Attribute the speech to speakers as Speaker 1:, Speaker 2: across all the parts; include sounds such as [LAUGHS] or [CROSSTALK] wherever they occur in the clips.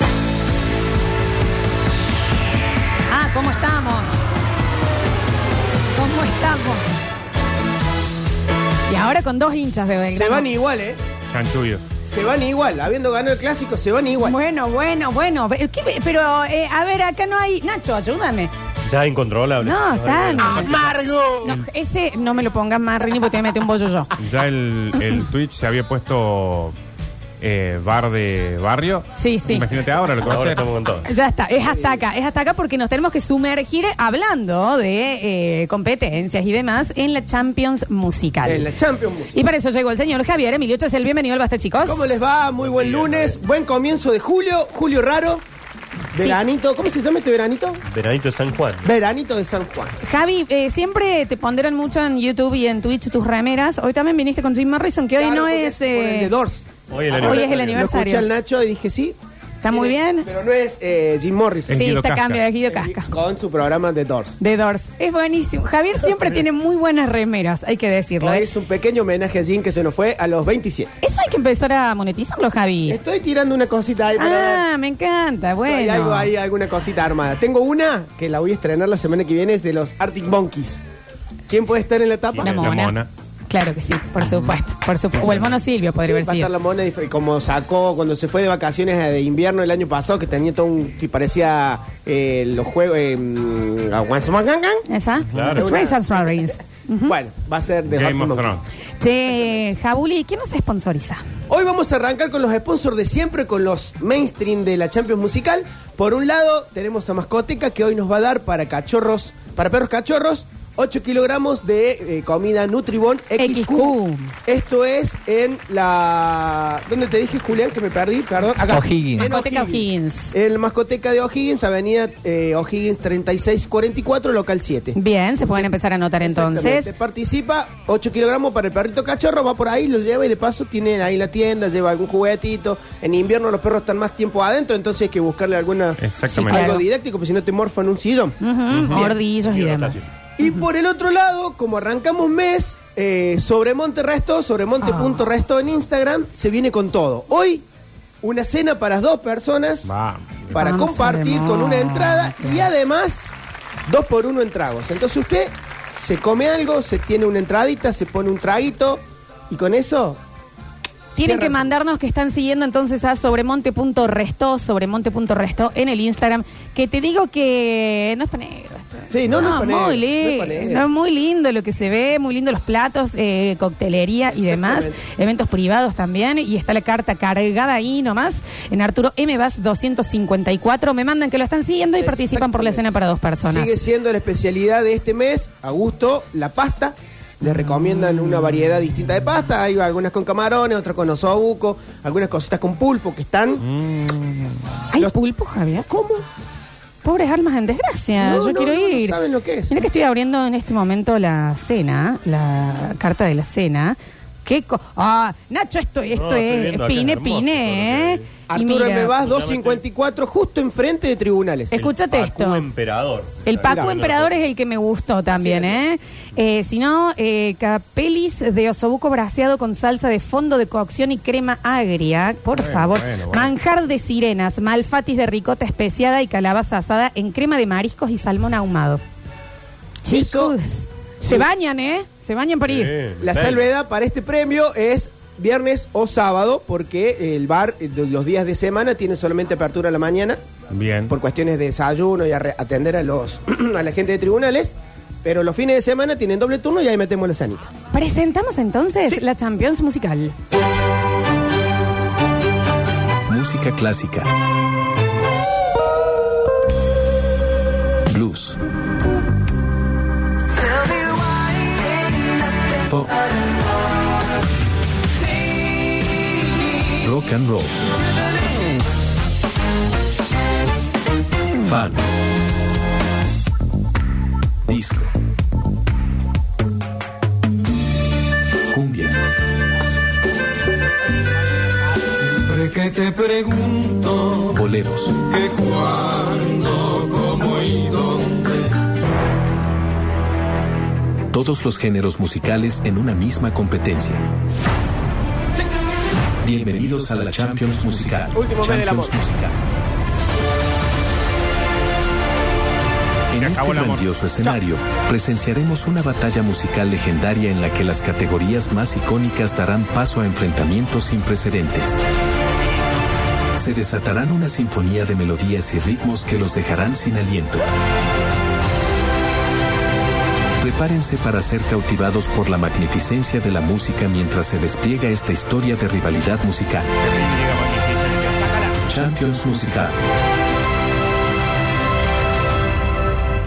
Speaker 1: Ah, Ahora con dos hinchas de Belgrano.
Speaker 2: Se van igual, ¿eh?
Speaker 3: Chanchullo.
Speaker 2: Se van igual. Habiendo ganado el clásico, se van igual.
Speaker 1: Bueno, bueno, bueno. Eh, ¿qué pe- Pero, eh, a ver, acá no hay. Nacho, ayúdame.
Speaker 3: Ya es incontrolable.
Speaker 1: No, está. No,
Speaker 2: ¡Amargo!
Speaker 1: No, ese no me lo pongas más, Rini, porque te voy a meter un bollo yo.
Speaker 3: Ya el, el Twitch se había puesto eh, bar de barrio.
Speaker 1: Sí, sí.
Speaker 3: Imagínate ahora lo que va a
Speaker 4: Ahora
Speaker 3: hacer.
Speaker 4: estamos con todo.
Speaker 1: Ya está, es hasta acá, es hasta acá porque nos tenemos que sumergir hablando de eh, competencias y demás en la Champions Musical.
Speaker 2: En la Champions Music.
Speaker 1: Y para eso llegó el señor Javier Emilio el bienvenido al Basta, chicos.
Speaker 2: ¿Cómo les va? Muy buen lunes. Buen comienzo de julio. Julio raro. Veranito. ¿Cómo se llama este veranito?
Speaker 4: Veranito de San Juan.
Speaker 2: Veranito de San Juan.
Speaker 1: Javi, eh, siempre te ponderan mucho en YouTube y en Twitch tus remeras. Hoy también viniste con Jim Morrison, que hoy
Speaker 2: Claro,
Speaker 1: no
Speaker 2: porque
Speaker 1: es...
Speaker 2: por el
Speaker 1: eh,
Speaker 2: de Doors.
Speaker 4: Hoy el
Speaker 1: Hoy
Speaker 4: aniversario.
Speaker 1: es el
Speaker 2: Lo escuché
Speaker 1: aniversario.
Speaker 2: al Nacho y dije sí.
Speaker 1: Está muy bien.
Speaker 2: Pero no es eh, Jim Morrison.
Speaker 3: Es
Speaker 1: sí,
Speaker 3: Guido
Speaker 1: está
Speaker 3: Casca.
Speaker 1: cambio de Guido Casca.
Speaker 2: Con su programa de Doors.
Speaker 1: De Doors. Es buenísimo. Javier siempre tiene muy buenas remeras, hay que decirlo.
Speaker 2: Hoy
Speaker 1: ¿eh?
Speaker 2: es un pequeño homenaje a Jim que se nos fue a los 27.
Speaker 1: Eso hay que empezar a monetizarlo, Javi.
Speaker 2: Estoy tirando una cosita ahí. pero
Speaker 1: Ah, me encanta.
Speaker 2: Hay
Speaker 1: Bueno.
Speaker 2: algo ahí, alguna cosita armada. Tengo una que la voy a estrenar la semana que viene, es de los Arctic Monkeys. ¿Quién puede estar en la tapa?
Speaker 1: Una
Speaker 3: La
Speaker 1: mona.
Speaker 3: mona.
Speaker 1: Claro que sí, por supuesto. Por supuesto. O el mono Silvio podría
Speaker 2: Sí,
Speaker 1: haber
Speaker 2: va a
Speaker 1: sido.
Speaker 2: estar la mona dif- como sacó cuando se fue de vacaciones de invierno el año pasado que tenía todo un que parecía eh, los juegos eh, mm, a Once Upon a Gang Gang.
Speaker 1: ¿Esa?
Speaker 4: Claro.
Speaker 1: Los Rays ah? and
Speaker 2: [LAUGHS]
Speaker 1: Strawberries.
Speaker 2: Bueno, va a ser de
Speaker 3: Game
Speaker 2: Arctic
Speaker 3: of
Speaker 2: Monkeys.
Speaker 3: Thrones.
Speaker 1: Che, Jabuli, ¿quién nos sponsoriza?
Speaker 2: Hoy vamos a arrancar con los sponsors de siempre, con los mainstream de la Champions Musical. Por un lado, tenemos a Mascoteca, que hoy nos va a dar para cachorros, para perros cachorros, 8 kilogramos de eh, comida Nutribon XQ.
Speaker 1: XQ.
Speaker 2: Esto es en la... ¿Dónde te dije, Julián, que me perdí? Perdón. Acá.
Speaker 5: O'Higgins.
Speaker 2: En
Speaker 1: Mascoteca O'Higgins.
Speaker 2: El Mascoteca de O'Higgins, avenida eh, O'Higgins 3644, local 7.
Speaker 1: Bien, se pueden empezar a anotar entonces.
Speaker 2: Exactamente. participa, 8 kilogramos para el perrito cachorro, va por ahí, lo lleva y de paso tienen ahí la tienda, lleva algún juguetito. En invierno los perros están más tiempo adentro, entonces hay que buscarle alguna
Speaker 3: Exactamente.
Speaker 1: Sí, claro.
Speaker 2: algo didáctico, porque si no te morfan un sillón.
Speaker 1: Ujú, Gordillos y
Speaker 4: Quiero
Speaker 1: demás.
Speaker 4: notación.
Speaker 2: Y por el otro lado, como arrancamos mes, eh, Sobremonte Resto, sobremonte.resto en Instagram, se viene con todo. Hoy, una cena para dos personas
Speaker 3: Vamos.
Speaker 2: para
Speaker 1: Vamos,
Speaker 2: compartir con
Speaker 1: Sobremonte.
Speaker 2: una entrada y además dos por uno en tragos. Entonces usted se come algo, se tiene una entradita, se pone un traguito y con eso...
Speaker 1: Tienen
Speaker 2: cierra
Speaker 1: que
Speaker 2: su-
Speaker 1: mandarnos que están siguiendo entonces a sobremonte.resto, sobremonte.resto en el Instagram. Que te digo que no es para negro esto. ¿eh? Ah,
Speaker 2: Sí, no, no es para
Speaker 1: muy
Speaker 2: negro, no es
Speaker 1: lindo,
Speaker 2: para negro.
Speaker 1: muy lindo lo que se ve, muy lindo los platos, eh, coctelería y demás,
Speaker 2: Exactamente.
Speaker 1: eventos privados también. Y está la carta cargada ahí nomás en Arturo M. Vaz 254. Me mandan que lo están siguiendo y participan por la
Speaker 2: Exactamente.
Speaker 1: cena para dos personas.
Speaker 2: Sigue siendo la especialidad de este mes, a gusto, la pasta. Les recomiendan una variedad distinta de pasta. Hay algunas con camarones, otras con osobuco, algunas cositas con pulpo que están.
Speaker 1: ¿Hay
Speaker 2: los-
Speaker 1: pulpo, Javier?
Speaker 2: ¿Cómo?
Speaker 1: Pobres almas en desgracia.
Speaker 2: No,
Speaker 1: Yo
Speaker 2: no,
Speaker 1: quiero
Speaker 2: no, no
Speaker 1: ir.
Speaker 2: saben lo que es.
Speaker 1: Mira que estoy abriendo en este momento la cena, la carta de la cena. ¿Qué co- ah, Nacho, esto, esto
Speaker 4: estoy
Speaker 1: es
Speaker 4: viendo acá,
Speaker 1: pine,
Speaker 4: hermoso
Speaker 1: pine, ¿eh?
Speaker 4: todo
Speaker 1: Y
Speaker 2: Arturo
Speaker 1: mira,
Speaker 2: M. Vaz, 254, justo enfrente de tribunales.
Speaker 1: Es- Escúchate
Speaker 4: el
Speaker 1: esto.
Speaker 4: Pacu Emperador.
Speaker 1: El Paco
Speaker 2: Mira,
Speaker 1: Emperador es el que me gustó también, ¿eh? Eh, si no, eh, capelis de osobuco braseado con salsa de fondo de cocción y crema agria, por
Speaker 3: Bueno,
Speaker 1: favor.
Speaker 3: bueno, bueno.
Speaker 1: Manjar de sirenas, malfatis de ricota especiada y calabaza asada en crema de mariscos y salmón ahumado.
Speaker 2: Eso-
Speaker 1: Chicos, se bañan, ¿eh? Se bañan para ir.
Speaker 4: Sí,
Speaker 2: La
Speaker 4: ven.
Speaker 2: salvedad para este premio es viernes o sábado, porque el bar eh, de los días de semana tiene solamente apertura a la mañana,
Speaker 3: Bien.
Speaker 2: por cuestiones de desayuno y arre- atender a los [CLEARS THROAT] a la gente de tribunales. Pero los fines de semana tienen doble turno y ahí metemos la sanita.
Speaker 1: Presentamos entonces la Champions Musical.
Speaker 6: Música clásica. Blues. Pop. Rock and roll. Fan. Disco. Cumbia.
Speaker 7: Siempre que te pregunto
Speaker 6: Boleros.
Speaker 7: que cuándo, cómo y dónde.
Speaker 6: Todos los géneros musicales en una misma competencia. Bienvenidos a la Champions Musical.
Speaker 2: Último mes del
Speaker 6: Champions
Speaker 2: amor.
Speaker 6: Musical. En
Speaker 3: acabó
Speaker 6: este
Speaker 3: el amor.
Speaker 6: grandioso escenario, presenciaremos una batalla musical legendaria en la que las categorías más icónicas darán paso a enfrentamientos sin precedentes. Se desatarán una sinfonía de melodías y ritmos que los dejarán sin aliento. Prepárense para ser cautivados por la magnificencia de la música mientras se despliega esta historia de rivalidad musical. Champions Musical.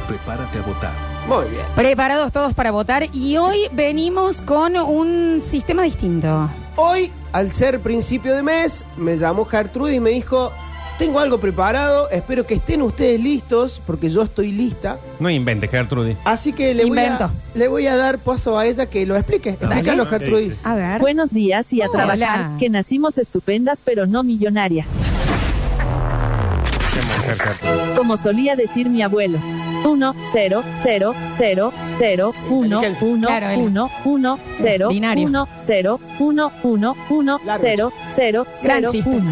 Speaker 6: Prepárate a votar.
Speaker 2: Muy bien.
Speaker 1: Preparados todos para votar y hoy venimos con un sistema distinto.
Speaker 2: Hoy, al ser principio de mes, me llamó Gertrude y me dijo, tengo algo preparado, espero que estén ustedes listos, porque yo estoy lista.
Speaker 3: No inventes, Gertrude.
Speaker 2: Así que le, voy
Speaker 1: Invento.
Speaker 2: a, le voy a dar paso a ella que lo explique.
Speaker 3: Dale.
Speaker 2: Explícalo,
Speaker 3: ¿Qué
Speaker 2: Gertrudis.
Speaker 3: dices?
Speaker 1: A ver.
Speaker 4: Buenos días y a
Speaker 1: Hola.
Speaker 4: trabajar, que nacimos estupendas pero no millonarias.
Speaker 3: Qué mujer, Gertrude.
Speaker 4: Como solía decir mi abuelo. 1 0 0 0 0 1
Speaker 2: Inteligencia.
Speaker 4: 1
Speaker 1: Claro, él.
Speaker 4: 1 1 0
Speaker 1: Binario.
Speaker 4: 1 0 1 1 1
Speaker 2: Largo.
Speaker 4: 0 0
Speaker 1: Gran
Speaker 4: 0
Speaker 1: chiste.
Speaker 4: 1.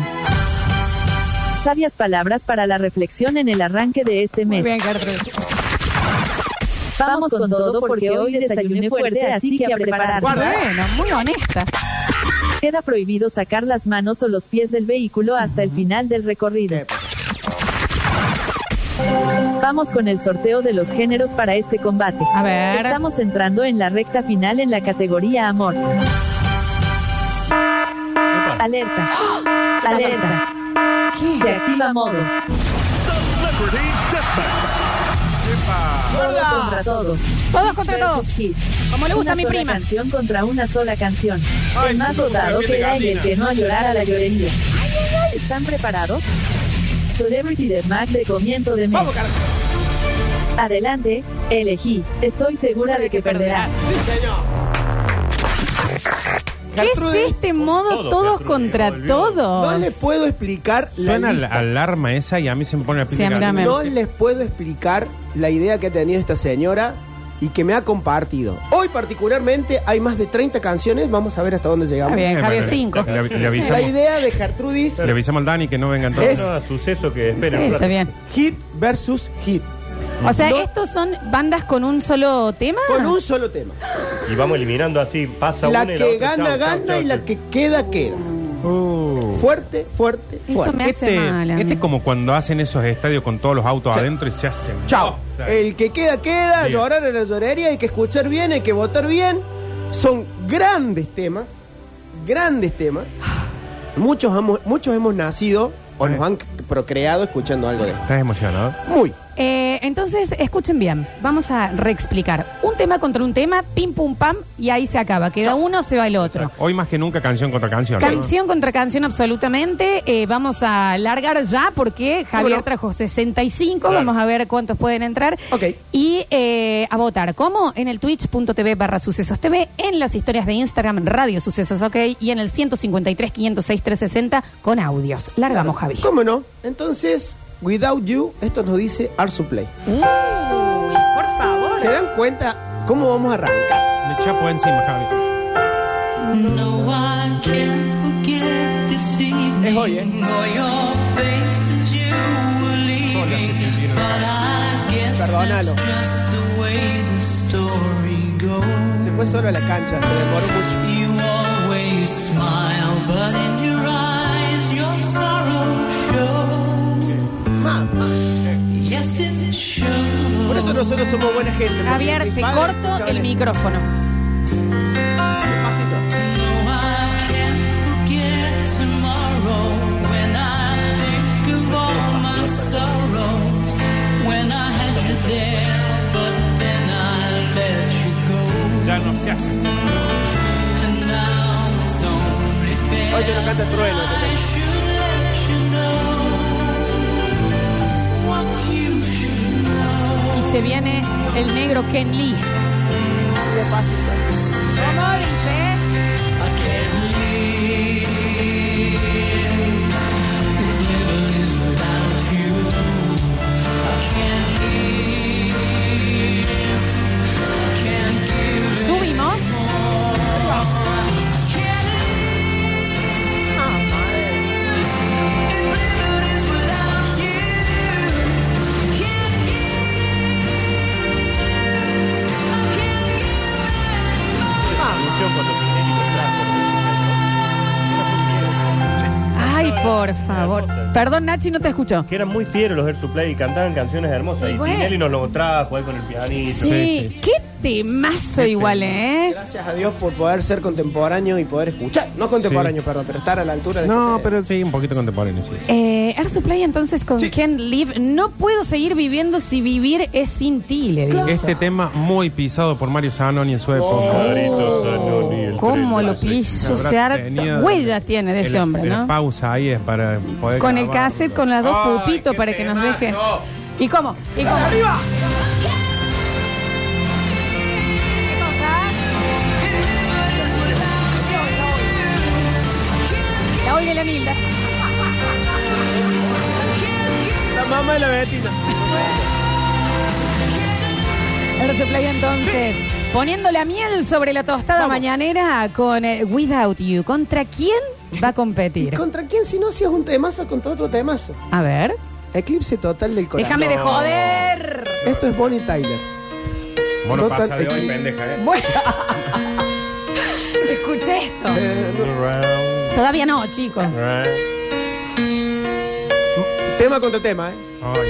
Speaker 4: Sabias palabras para la reflexión en el arranque de este
Speaker 1: Muy
Speaker 4: mes.
Speaker 1: bien, Gertrude.
Speaker 4: Vamos con todo porque hoy desayuné fuerte, así que a prepararse.
Speaker 2: Guarda, eh.
Speaker 1: Bueno, muy honesta.
Speaker 4: Queda prohibido sacar las manos o los pies del vehículo hasta el final del recorrido.
Speaker 2: ¿Qué pasa?
Speaker 4: Vamos con el sorteo de los géneros para este combate.
Speaker 1: A ver.
Speaker 4: Estamos entrando en la recta final en la categoría amor.
Speaker 1: [GASPS]
Speaker 4: Alerta. Alerta. Se activa modo. Todo contra todos.
Speaker 1: Todos contra
Speaker 4: Versus
Speaker 1: todos.
Speaker 4: hits.
Speaker 1: Como le gusta
Speaker 4: Una
Speaker 1: a mi
Speaker 4: sola
Speaker 1: prima.
Speaker 4: canción contra una sola canción.
Speaker 3: Ay,
Speaker 4: el más
Speaker 3: no,
Speaker 4: votado
Speaker 3: se me
Speaker 4: queda en el
Speaker 3: gallina.
Speaker 4: que no llorar a la llorería. ¿Están preparados? Celebrity de Mac de comienzo de mes.
Speaker 2: Vamos, carajo.
Speaker 4: Adelante, elegí. Estoy segura de que perderás.
Speaker 1: ¿Qué es
Speaker 2: Gertrudis,
Speaker 1: este modo
Speaker 3: todo,
Speaker 1: todos
Speaker 3: Gertrude,
Speaker 1: contra
Speaker 3: volvió.
Speaker 1: todos?
Speaker 2: no les puedo explicar la
Speaker 3: Suena la
Speaker 2: lista.
Speaker 3: alarma esa y a mí se me pone la piel
Speaker 1: Sí, a mí
Speaker 3: de gallina.
Speaker 1: también.
Speaker 2: No les puedo explicar la idea que ha tenido esta señora y que me ha compartido. Hoy particularmente hay más de 30 canciones, vamos a ver hasta dónde llegamos.
Speaker 1: Está bien,
Speaker 3: Eh,
Speaker 1: Javier
Speaker 3: bueno,
Speaker 1: 5.
Speaker 3: Le, le
Speaker 2: La
Speaker 3: avisamos,
Speaker 2: idea de Gertrudis,
Speaker 3: le avisamos al Dani que no venga entonces.
Speaker 2: Es-
Speaker 5: Cada suceso que espera.
Speaker 1: está bien.
Speaker 2: hit versus hit,
Speaker 1: O sea,
Speaker 2: No.
Speaker 1: ¿estos son bandas con un solo tema?
Speaker 2: con un solo tema.
Speaker 5: Y vamos eliminando así, pasa
Speaker 2: La
Speaker 5: una y
Speaker 2: que
Speaker 5: otra,
Speaker 2: gana,
Speaker 5: chau, chau,
Speaker 2: gana
Speaker 5: chau,
Speaker 2: y la
Speaker 5: chau.
Speaker 2: que queda, queda.
Speaker 3: Uh.
Speaker 2: Fuerte, fuerte,
Speaker 1: Esto
Speaker 2: fuerte.
Speaker 1: me hace
Speaker 3: Este,
Speaker 1: mal. a mí.
Speaker 3: este es como cuando hacen esos estadios con todos los autos
Speaker 2: Sí.
Speaker 3: adentro y se hacen.
Speaker 2: Chao.
Speaker 3: bosta.
Speaker 2: El que queda, queda.
Speaker 3: Bien.
Speaker 2: Llorar en la llorería. Hay que escuchar bien, hay que votar bien. Son grandes temas. Grandes temas. Muchos, hemos- muchos hemos nacido o nos han procreado escuchando algo de esto.
Speaker 3: ¿Estás emocionado?
Speaker 2: Muy.
Speaker 1: Eh, entonces, escuchen bien. Vamos a reexplicar. Un tema contra un tema, pim pum pam, y ahí se acaba. Queda uno, se va el otro.
Speaker 3: Hoy más que nunca canción contra canción.
Speaker 1: Canción contra canción, absolutamente. Eh, vamos a largar ya porque Javier
Speaker 2: no?
Speaker 1: trajo 65. Vamos a ver cuántos pueden entrar.
Speaker 2: Ok.
Speaker 1: Y eh, a votar. ¿Cómo? En el twitch.tv barra sucesos TV, en las historias de Instagram Radio Sucesos OK y en el 153 506 360 con audios. Largamos, Javi.
Speaker 2: ¿Cómo no? Entonces, Without You, esto nos dice Art Supply.
Speaker 1: Uy, por favor.
Speaker 2: ¿Se dan cuenta cómo vamos a arrancar?
Speaker 3: Me chapo encima, Javi.
Speaker 8: No one can forget this evening
Speaker 2: hoy, ¿eh?
Speaker 8: or your faces you were leaving. But I guess
Speaker 2: Perdónalo.
Speaker 8: that's just the way the story goes.
Speaker 2: Se fue solo a la cancha, se demoró mucho.
Speaker 8: You always smile, but in your eyes your sorrow shows.
Speaker 2: Mamá.
Speaker 8: Yes, it shows.
Speaker 2: Por eso nosotros somos buena gente. porque
Speaker 1: Javier,
Speaker 2: mis
Speaker 1: te
Speaker 2: padres
Speaker 1: corto
Speaker 2: escuchaban
Speaker 1: el
Speaker 2: esto.
Speaker 1: micrófono.
Speaker 2: Despacito.
Speaker 8: No, I can't forget tomorrow when I think of all my sorrows. When I had you there, but then I let you go.
Speaker 3: Ya no se hace.
Speaker 8: And now it's only fair
Speaker 2: Oye, no canta trueno.
Speaker 8: I should let you know what you should know.
Speaker 1: Y se viene el negro Ken Lee. ¿Cómo dice?
Speaker 8: I can't live. Never is without you. I can't live. I can't give
Speaker 1: Subimos.
Speaker 8: Never is without you. Can't give.
Speaker 1: Perdón, Nachi, no te escucho.
Speaker 5: Que eran muy fieles los Air Supply y cantaban canciones hermosas.
Speaker 1: Y
Speaker 5: Y,
Speaker 1: bueno.
Speaker 5: Tinelli nos lo trajo ahí con el pianito.
Speaker 1: Sí,
Speaker 3: sí, sí.
Speaker 1: qué temazo igual, ¿eh?
Speaker 2: Gracias a Dios por poder ser contemporáneo y poder escuchar. No contemporáneo, perdón, pero estar a la altura de.
Speaker 3: No,
Speaker 2: este-
Speaker 3: pero sí, un poquito contemporáneo, sí. sí.
Speaker 1: Eh, Air Supply entonces con
Speaker 2: Sí.
Speaker 1: Can't Live. No puedo seguir viviendo si vivir es sin ti, le digo.
Speaker 3: Este tema muy pisado por Mario Zanoni en su
Speaker 1: Oh,
Speaker 3: época.
Speaker 5: Cabrito, Zanoni, el
Speaker 1: ¿Cómo
Speaker 5: tren
Speaker 1: lo
Speaker 5: base.
Speaker 1: piso?
Speaker 3: Habrá
Speaker 1: Se harta
Speaker 3: tenido
Speaker 1: huellas tiene de
Speaker 3: el-
Speaker 1: ese hombre,
Speaker 3: el
Speaker 1: ¿no?
Speaker 3: pausa ahí es para poder
Speaker 1: Con el
Speaker 3: grabarlo.
Speaker 1: cassette, con las dos
Speaker 3: Ay,
Speaker 1: pupitos
Speaker 3: qué
Speaker 1: para que nos
Speaker 3: temazo.
Speaker 1: deje. ¿Y cómo? ¿Y cómo? La oye la Nilda.
Speaker 2: La mamá de la Betina.
Speaker 1: Air Supply entonces. Poniendo la miel sobre la tostada mañanera con eh, Without You. ¿Contra quién va a
Speaker 2: ¿Y
Speaker 1: competir?
Speaker 2: contra quién si no si es un temazo contra otro temazo?
Speaker 1: A ver.
Speaker 2: Eclipse total del corazón.
Speaker 1: Déjame de joder.
Speaker 2: Esto es Bonnie Tyler.
Speaker 3: Vos no
Speaker 2: Total-
Speaker 3: pasa de hoy, pendeja, eh.
Speaker 1: Bueno. Escuché esto.
Speaker 2: Eh,
Speaker 5: Round,
Speaker 1: Todavía no, chicos.
Speaker 5: round.
Speaker 2: tema contra tema, ¿eh?
Speaker 3: Ay,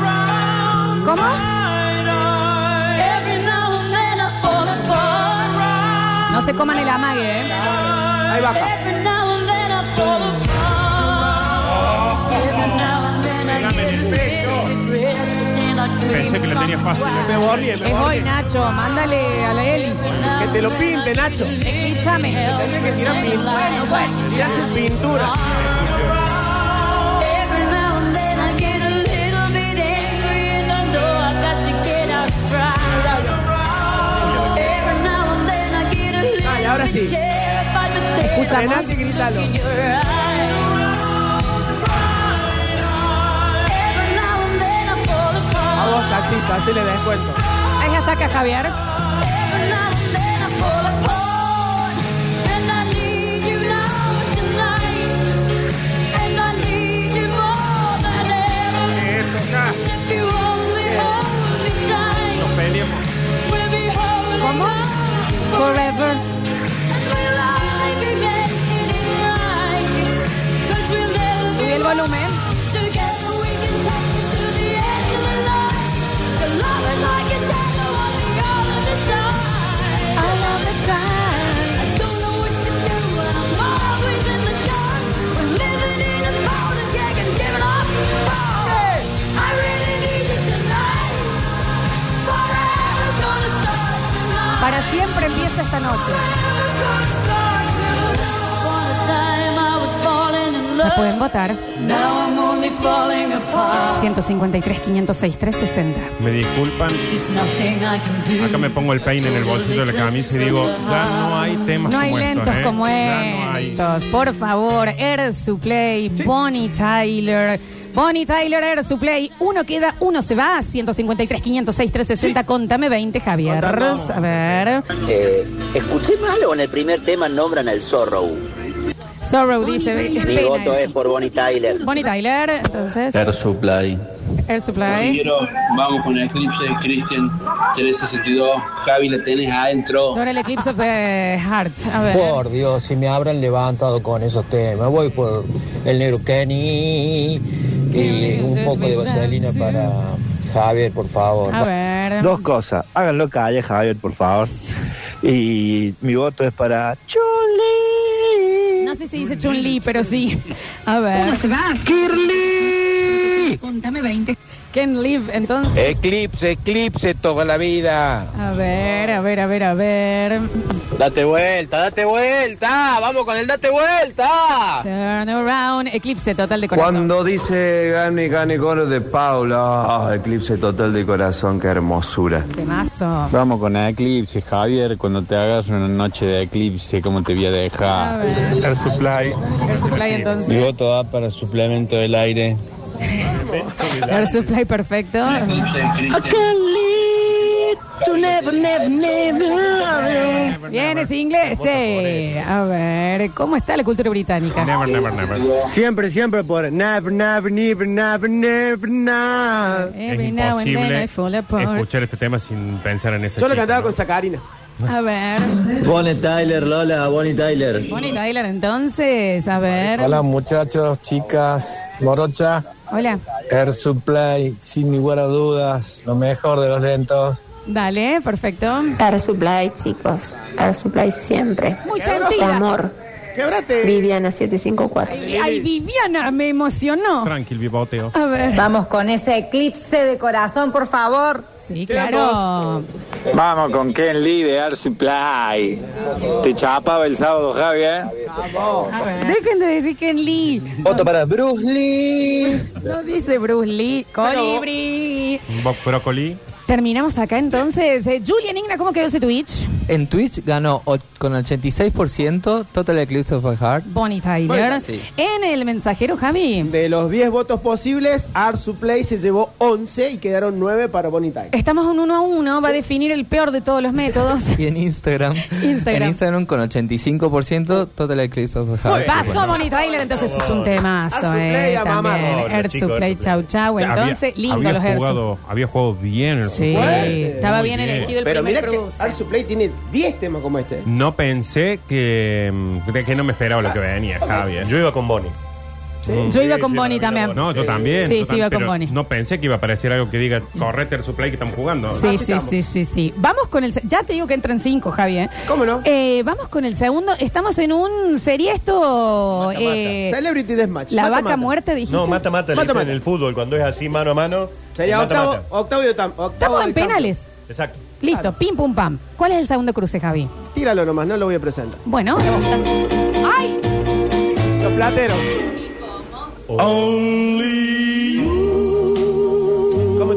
Speaker 1: ¿Cómo?
Speaker 8: Every now and then I fall apart.
Speaker 1: No se coman el amague, ¿eh?
Speaker 2: Ahí baja.
Speaker 8: Every now and then I fall apart. Every now and then I get a little bit restless and I dream
Speaker 3: Pensé que la tenía fácil.
Speaker 2: Me borré, me
Speaker 1: Es hoy,
Speaker 2: borré.
Speaker 1: Nacho. Mándale a la Eli.
Speaker 2: Que te lo pinte, Nacho.
Speaker 1: Escúchame.
Speaker 2: Tendría que tirar
Speaker 1: Bueno, bueno.
Speaker 2: pintura. hace pintura.
Speaker 8: Every now and then I get a little bit angry and I know I got to get out right. Every now and then I get a
Speaker 2: Dale, ahora
Speaker 8: little
Speaker 2: sí.
Speaker 8: bit terrified but then
Speaker 1: Escucha,
Speaker 8: I
Speaker 2: Renate,
Speaker 8: see the
Speaker 2: grítalo.
Speaker 8: look in your eyes. Every now and then I fall
Speaker 2: A
Speaker 8: apart.
Speaker 2: vos, taxista, hacele descuento.
Speaker 1: Ahí hasta acá, Javier.
Speaker 8: Every now and then I fall apart. And I need you now tonight. And I need you more than ever.
Speaker 3: Esto acá,
Speaker 8: If you only hold me tight,
Speaker 3: nos peleamos.
Speaker 8: we'll be holding
Speaker 1: ¿Cómo?
Speaker 8: on.
Speaker 1: Forever.
Speaker 8: And we'll only be making it right. 'Cause we'll never be
Speaker 1: Subí el volumen.
Speaker 8: Together we can take it to the end of the line. 'Cause love is like a shadow on the other side.
Speaker 1: All of the time.
Speaker 8: I don't know what to do when I'm always in the dark. When living in a powder keg and giving up. Oh, I really need you tonight. Forever's gonna start tonight.
Speaker 1: Para siempre empieza esta noche.
Speaker 8: Forever's gonna start tonight. One time I was falling in
Speaker 1: Ya
Speaker 8: love.
Speaker 1: pueden votar.
Speaker 8: Now I'm only falling apart.
Speaker 1: 153, 506, 360.
Speaker 3: Me disculpan,
Speaker 8: It's nothing I can do.
Speaker 3: acá me pongo el peine en el bolsillo de la camisa y digo, ya no hay temas
Speaker 1: No hay
Speaker 3: como
Speaker 1: lentos
Speaker 3: estos, ¿eh?
Speaker 1: como
Speaker 3: Ya no hay.
Speaker 1: estos. Por favor, Air Supply, Bonnie Tyler. Bonnie Tyler, Air Supply. Uno queda, uno se va. 153, 506, 360. Contame 20, Javier.
Speaker 2: Contamos.
Speaker 1: A ver.
Speaker 9: Eh, escuché mal o en el primer tema nombran al Zorro.
Speaker 1: Sorrow dice. es
Speaker 9: Mi
Speaker 1: pena
Speaker 9: voto es
Speaker 1: eso.
Speaker 9: por Bonnie Tyler.
Speaker 1: Bonnie Tyler, entonces. Air Supply. Air Supply.
Speaker 10: Quiero, vamos con Eclipse, Christian 362, Javi la tenés adentro.
Speaker 1: Sobre el Eclipse of the Heart. A ver.
Speaker 11: Por Dios, si me habrán levantado con esos temas. Voy por el negro Kenny y un poco de vaselina para Javier, por favor.
Speaker 1: A ver.
Speaker 12: Dos cosas. Háganlo calle, Javier, por favor. Y mi voto es para Chuli.
Speaker 1: No sé si dice Chun-Li, pero sí. A ver.
Speaker 4: se va? ¡Kirli! Contame 20.
Speaker 1: Can Live, entonces.
Speaker 10: Eclipse, Eclipse toda la vida.
Speaker 1: A ver, a ver, a ver, a ver.
Speaker 13: Date vuelta, date vuelta. Vamos con el date vuelta.
Speaker 1: Turn around, eclipse total de corazón.
Speaker 14: Cuando dice gane, gane coro de Paula, ah, eclipse total de corazón, qué hermosura.
Speaker 1: Temazo.
Speaker 15: Vamos con Eclipse, Javier, cuando te hagas una noche de Eclipse, ¿cómo te voy a
Speaker 1: A
Speaker 15: dejar?
Speaker 1: ver.
Speaker 15: El supply.
Speaker 1: Air Supply
Speaker 15: Mi
Speaker 1: entonces.
Speaker 15: voto va para suplemento del aire.
Speaker 1: [LAUGHS] Air Supply perfecto. Bien, es inglés, che. A ver, ¿cómo está la cultura británica?
Speaker 3: Never, never, never.
Speaker 16: Siempre, siempre por nav, nav, nav, nav, nav, nav.
Speaker 1: Every
Speaker 3: Es
Speaker 1: now and then
Speaker 3: imposible
Speaker 1: I fall apart.
Speaker 3: escuchar este tema sin pensar en ese
Speaker 2: Yo lo
Speaker 3: chico.
Speaker 2: cantaba con Sacarina.
Speaker 1: A ver.
Speaker 17: Bonnie Tyler, Lola, Bonnie Tyler.
Speaker 1: Bonnie Tyler entonces, a ver.
Speaker 18: Hola muchachos, chicas, morocha,
Speaker 1: Hola.
Speaker 18: Air Supply, sin lugar a dudas, lo mejor de los lentos.
Speaker 1: Dale, perfecto.
Speaker 19: Air Supply, chicos. Air Supply siempre.
Speaker 1: Muy sentida.
Speaker 19: Amor. Viviana 754.
Speaker 1: Ay, ay, Viviana, me emocionó.
Speaker 3: Tranquil, vivoteo.
Speaker 1: A ver.
Speaker 20: Vamos con ese eclipse de corazón, por favor.
Speaker 1: Sí, claro.
Speaker 21: Vamos con Ken Lee de Air Supply. Te chapaba el sábado, Javi, ¿eh?
Speaker 1: A ver. Dejen de decir Ken Lee.
Speaker 11: Voto para Bruce Lee.
Speaker 1: No dice Bruce Lee. Colibri.
Speaker 3: Boc brócoli.
Speaker 1: Terminamos acá entonces. Eh, Julian Igna, ¿cómo quedó ese Twitch?
Speaker 22: En Twitch ganó o- con 86% Total Eclipse of My Heart.
Speaker 1: Bonnie
Speaker 22: Bueno,
Speaker 1: Tyler.
Speaker 22: sí.
Speaker 1: En el mensajero, Javi.
Speaker 2: De los 10 votos posibles, Art Supply se llevó 11 y quedaron 9 para Bonnie Tyler.
Speaker 1: Estamos un uno a uno. Va a definir el peor de todos los métodos.
Speaker 22: [LAUGHS] Y en Instagram.
Speaker 1: Instagram.
Speaker 22: En Instagram con 85% Total Eclipse of My Heart.
Speaker 1: Pasó Bonnie Tyler, entonces es un temazo, eh.
Speaker 2: a mamar.
Speaker 1: También.
Speaker 22: Hola,
Speaker 1: Air
Speaker 22: chicos,
Speaker 1: Supply,
Speaker 22: Air
Speaker 1: chau chau.
Speaker 3: Ya,
Speaker 1: Ah, Entonces,
Speaker 3: había,
Speaker 1: lindo
Speaker 3: había
Speaker 1: los Air Supply.
Speaker 3: jugado, Había jugado bien el
Speaker 1: Sí,
Speaker 3: fútbol.
Speaker 1: estaba
Speaker 3: Muy
Speaker 1: bien elegido el
Speaker 2: Pero
Speaker 1: primer
Speaker 2: mira que
Speaker 1: cruce.
Speaker 2: Art Supply tiene 10 temas como este.
Speaker 3: No pensé que, mm, de que no me esperaba lo que venía, Javier. Yo iba con Bonnie.
Speaker 1: Yo iba con Bonnie también.
Speaker 3: No, yo también.
Speaker 1: Sí,
Speaker 3: yo
Speaker 1: sí, iba con
Speaker 3: también, pero
Speaker 1: Bonnie.
Speaker 3: No pensé que iba a aparecer algo que diga correte el supply que estamos jugando.
Speaker 1: Sí, sí, sí, sí, sí. Vamos con el... se- Ya te digo que entran cinco, Javi, ¿eh? ¿Cómo no? vamos con el segundo. Estamos en un... ¿Sería esto...? eh,
Speaker 2: Celebrity Deathmatch.
Speaker 1: la
Speaker 2: Mata,
Speaker 1: vaca
Speaker 2: mata.
Speaker 1: muerta, dijiste.
Speaker 5: No, mata, mata, le
Speaker 2: Mata,
Speaker 5: dicen
Speaker 2: mata.
Speaker 5: en el fútbol, cuando es así mano a mano.
Speaker 2: Sería
Speaker 5: mata,
Speaker 2: octavo,
Speaker 5: mata.
Speaker 2: octavo y otam- octavo
Speaker 1: Estamos en
Speaker 2: de campo.
Speaker 1: penales.
Speaker 5: Exacto.
Speaker 1: Listo, pim, pum, pam. ¿Cuál es el segundo cruce, Javi?
Speaker 2: Tíralo nomás, no lo voy a presentar.
Speaker 1: Bueno, me gusta. ¡Ay!
Speaker 2: Los plateros. ¿Cómo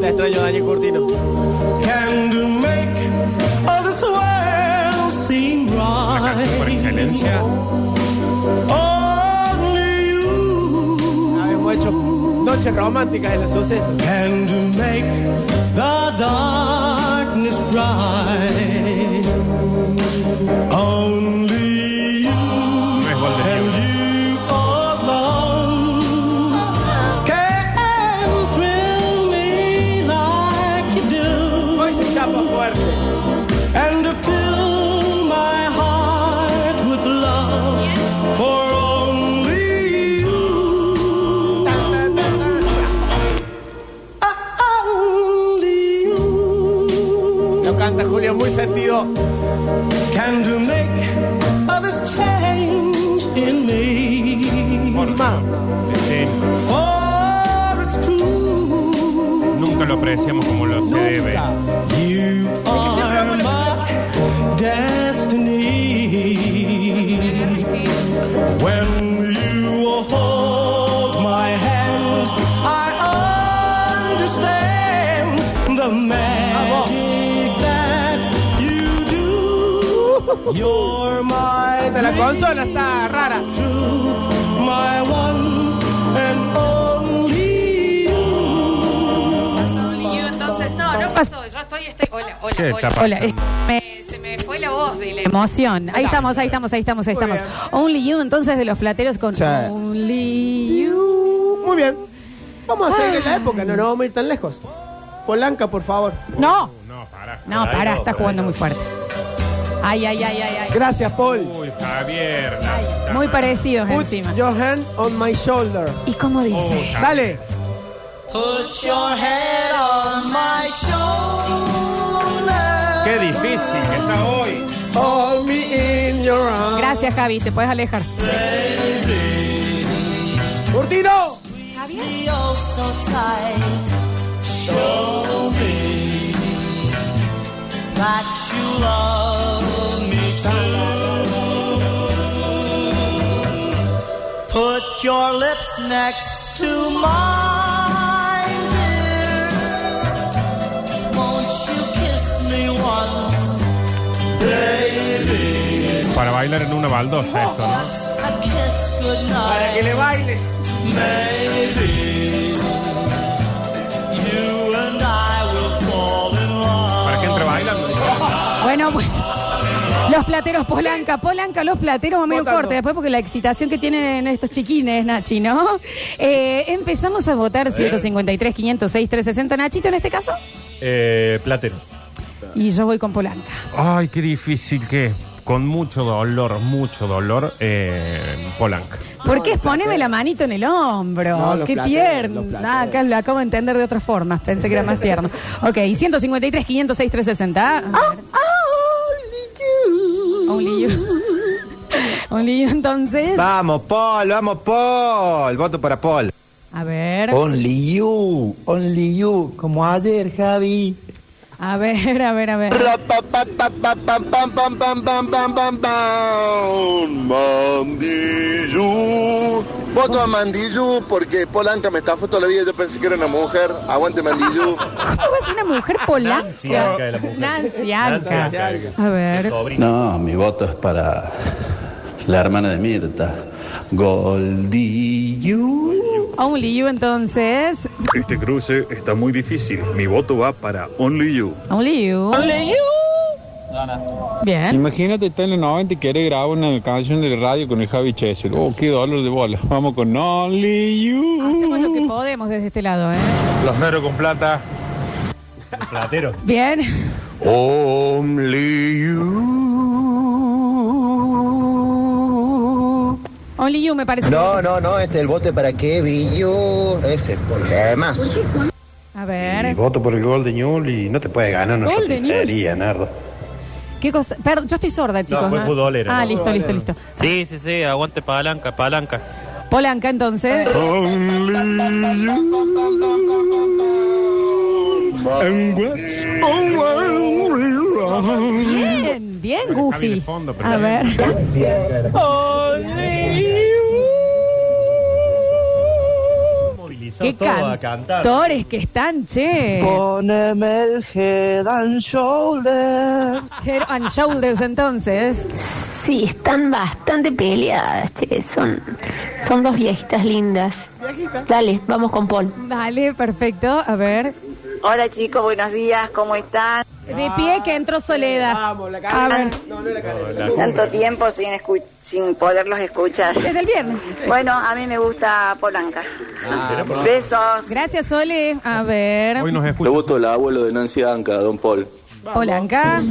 Speaker 2: te extraño, Daniel Curtino?
Speaker 3: La canción por excelencia.
Speaker 2: Habíamos hecho noches románticas de los sucesos.
Speaker 7: And to make the darkness bright, only you and you alone can thrill me like you do. And to fill my heart with love, for only you.
Speaker 2: Lo canta Julio muy sentido.
Speaker 7: Can to make others change in me. For it's true.
Speaker 3: Nunca lo apreciamos como lo se debe.
Speaker 7: You are my destiny. When you hold my hand, I understand the magic that you do. You're my
Speaker 2: Hasta la consola está rara.
Speaker 7: truth, my one and only you.
Speaker 1: Entonces, no, no pasó. Yo estoy... estoy hola, hola,
Speaker 7: ¿Qué está
Speaker 1: hola. hola. Eh, me- se me fue la voz de la emoción. Ahí estamos, ahí estamos, ahí estamos, ahí estamos. Only You, entonces, de los flateros con Only You.
Speaker 2: Muy bien. Vamos a seguir en la época, no nos vamos a ir tan lejos. Polanca, por favor.
Speaker 1: No,
Speaker 3: No, pará. ¿eh?
Speaker 1: no, pará, está jugando muy fuerte. Ay, ay, ay, ay, ay.
Speaker 2: Gracias, Paul.
Speaker 3: Uy, Javier.
Speaker 1: Muy parecidos
Speaker 2: Put
Speaker 1: encima.
Speaker 2: your hand on my shoulder.
Speaker 1: ¿Y cómo dice?
Speaker 2: Dale.
Speaker 7: Put your head on my shoulder.
Speaker 3: Qué difícil que está hoy.
Speaker 2: Hold me in your arms.
Speaker 1: Gracias, Javi, te puedes alejar.
Speaker 2: ¡Curtino!
Speaker 7: Show me that you love me too.
Speaker 3: bailar en una baldosa esto, ¿no?
Speaker 23: Para que le baile.
Speaker 3: Para que entre bailando.
Speaker 1: Bueno, bueno. Los plateros Polanca, Polanca, los plateros a medio
Speaker 2: Votando.
Speaker 1: corte, después porque la excitación que tienen estos chiquines, Nachi, ¿no? Eh, empezamos a votar 153, 506, 360, Nachito en este caso,
Speaker 24: Eh, platero.
Speaker 1: y yo voy con Polanca.
Speaker 3: Ay, qué difícil que es. Con mucho dolor, mucho dolor, eh, Polanca.
Speaker 1: ¿Por qué? Poneme la manito en el hombro.
Speaker 3: No, los
Speaker 1: qué
Speaker 3: plateros,
Speaker 1: tierno.
Speaker 3: los plateros.
Speaker 1: Ah, acá lo acabo de entender de otras formas. Pensé que era más tierno. Ok, 153, 506, 360. Ah, Only you. Only you, entonces.
Speaker 7: Vamos, Paul, vamos, Paul. Voto para Paul. Oh.
Speaker 1: A ver.
Speaker 7: Only you, only you, como ayer, Javi.
Speaker 1: A ver, a ver, a ver.
Speaker 8: Mandillú. Voto a Mandillú porque Polanca me estafó toda la vida. Yo pensé que era una mujer. Aguante Mandillú.
Speaker 1: ¿Cómo es una mujer polanca?
Speaker 8: Nancy Alca de la mujer.
Speaker 1: Nancy Alca. A ver.
Speaker 6: No, Ah, mi voto es para la hermana de Mirta. Goldie you.
Speaker 1: Only you, entonces.
Speaker 25: Este cruce está muy difícil. Mi voto va para Only You.
Speaker 1: Only you. Only you. Bien.
Speaker 26: Imagínate estar en los 90 y querer grabar una canción de radio con el Javi Chesel. Oh, qué dolor de bola. Vamos con Only You.
Speaker 1: Hacemos lo que podemos desde este lado, ¿eh?
Speaker 25: Los con
Speaker 1: [LAUGHS]
Speaker 25: plata.
Speaker 24: Platero.
Speaker 1: Bien.
Speaker 6: Only
Speaker 1: Only you, me parece.
Speaker 27: No, no, no, este el voto es para Kevin You. Ese, porque además.
Speaker 1: A ver.
Speaker 6: voto por el Golden Yule y no te puede ganar
Speaker 1: nuestra Golden Yule.
Speaker 6: sería, Nardo.
Speaker 1: ¿Qué cosa? Perdón, yo estoy sorda, chicos.
Speaker 6: fue futbolera.
Speaker 1: Ah, listo, listo, listo.
Speaker 28: Sí, sí, sí, aguante palanca, palanca.
Speaker 1: Polanca, entonces. Bien, bien, Goofy. A ver. Qué
Speaker 24: todo a cantar.
Speaker 1: cantores que están, che.
Speaker 23: Poneme el head and shoulder.
Speaker 1: Head and Shoulders, entonces.
Speaker 4: Sí, están bastante peleadas, che. Son, son dos viejitas lindas. Dale, vamos con Paul.
Speaker 1: Dale, perfecto. A ver.
Speaker 29: [LAUGHS] Hola chicos, buenos días, ¿cómo están?
Speaker 1: De pie que entró Soledad. Vamos, la
Speaker 29: Tanto tiempo sin, escu- sin poderlos
Speaker 8: [LAUGHS]
Speaker 29: escuchar.
Speaker 1: Desde el viernes.
Speaker 29: Bueno, a mí me gusta Polanca.
Speaker 8: Ah,
Speaker 29: Besos.
Speaker 1: Gracias, Sole. A ver.
Speaker 29: Le voto al abuelo de Nancy Anca, don Paul.
Speaker 1: Polanca.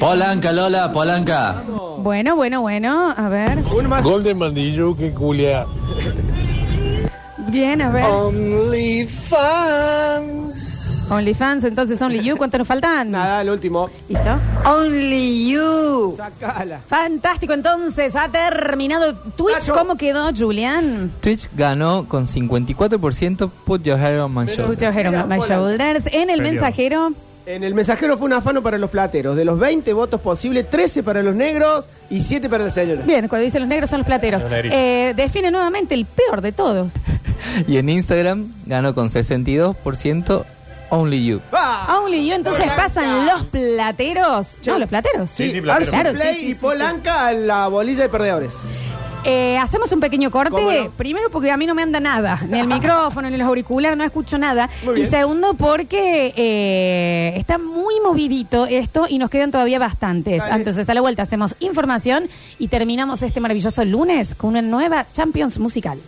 Speaker 5: Polanca, Lola, Polanca.
Speaker 1: Bueno, bueno, bueno. A ver.
Speaker 5: Golden Mandillo, que culia.
Speaker 1: Bien, a ver. OnlyFans. OnlyFans, entonces Only You, ¿cuánto nos faltan? Nada, el último. ¿Listo? Only You. Fantástico, entonces, ha terminado Twitch. ¿Cómo quedó, Julián?
Speaker 30: Twitch ganó con 54% Put Your Hair on My Shoulder.
Speaker 1: Muchos Jerome My Shoulders. En el
Speaker 30: Perdió.
Speaker 1: mensajero.
Speaker 2: En el mensajero fue un afano para los plateros. De los 20 votos posibles, 13 para los negros y 7 para la señora.
Speaker 1: Bien, cuando dicen los negros son los plateros.
Speaker 2: Los negritos.
Speaker 1: Eh, define nuevamente el peor de todos.
Speaker 30: Y en Instagram ganó con 62% Only You.
Speaker 2: Ah,
Speaker 1: Only You, entonces pasan los plateros. No, los plateros. Claro,
Speaker 2: Play
Speaker 1: sí, sí,
Speaker 2: y
Speaker 1: sí,
Speaker 2: Polanca a la bolilla de perdedores.
Speaker 1: Eh, hacemos un pequeño corte,
Speaker 2: ¿Cómo no?
Speaker 1: primero porque a mí no me anda nada, ni
Speaker 2: [LAUGHS]
Speaker 1: el micrófono, ni los auriculares, no escucho nada. Y segundo porque eh, está muy movidito esto y nos quedan todavía bastantes. Entonces a la vuelta hacemos información y terminamos este maravilloso lunes con una nueva Champions Musical.